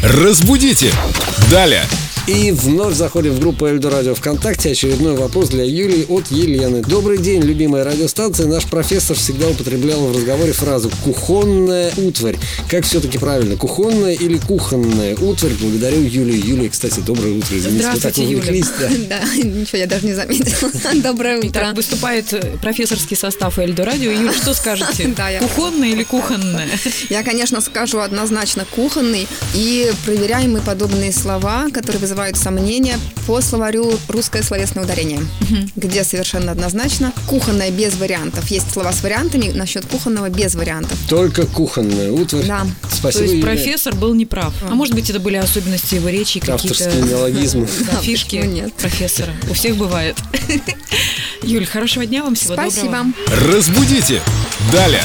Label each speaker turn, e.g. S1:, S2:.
S1: Разбудите! Далее!
S2: И вновь заходим в группу Эльдо Радио ВКонтакте. Очередной вопрос для Юлии от Елены. Добрый день, любимая радиостанция. Наш профессор всегда употреблял в разговоре фразу «кухонная утварь». Как все-таки правильно, кухонная или кухонная утварь? Благодарю Юлию. Юлия, кстати, доброе утро. Извините, мы так
S3: Здравствуйте, Юля.
S2: увлеклись, да.
S3: Да, ничего, я даже не заметила. Доброе утро.
S4: Так выступает э, профессорский состав Эльдо Радио. Юль, что скажете?
S3: Да, я-
S4: Кухонное или кухонное?
S3: Я, конечно, скажу однозначно кухонный. И проверяем мы подобные слова, которые вызывают сомнения, по словарю «Русское словесное ударение», где совершенно однозначно кухонное без вариантов. Есть слова с вариантами, насчет кухонного без вариантов.
S2: Только кухонная утварь.
S3: Да.
S4: То
S2: Спасибо,
S4: есть
S2: Юлия.
S4: профессор был неправ. А может быть, это были особенности его речи,
S2: Авторские
S4: какие-то
S2: неологизмы.
S4: да, фишки
S3: почему Ну, нет?
S4: профессора. У всех бывает. Юль, хорошего дня вам, всего доброго.
S3: Спасибо.
S1: Разбудите! Далее!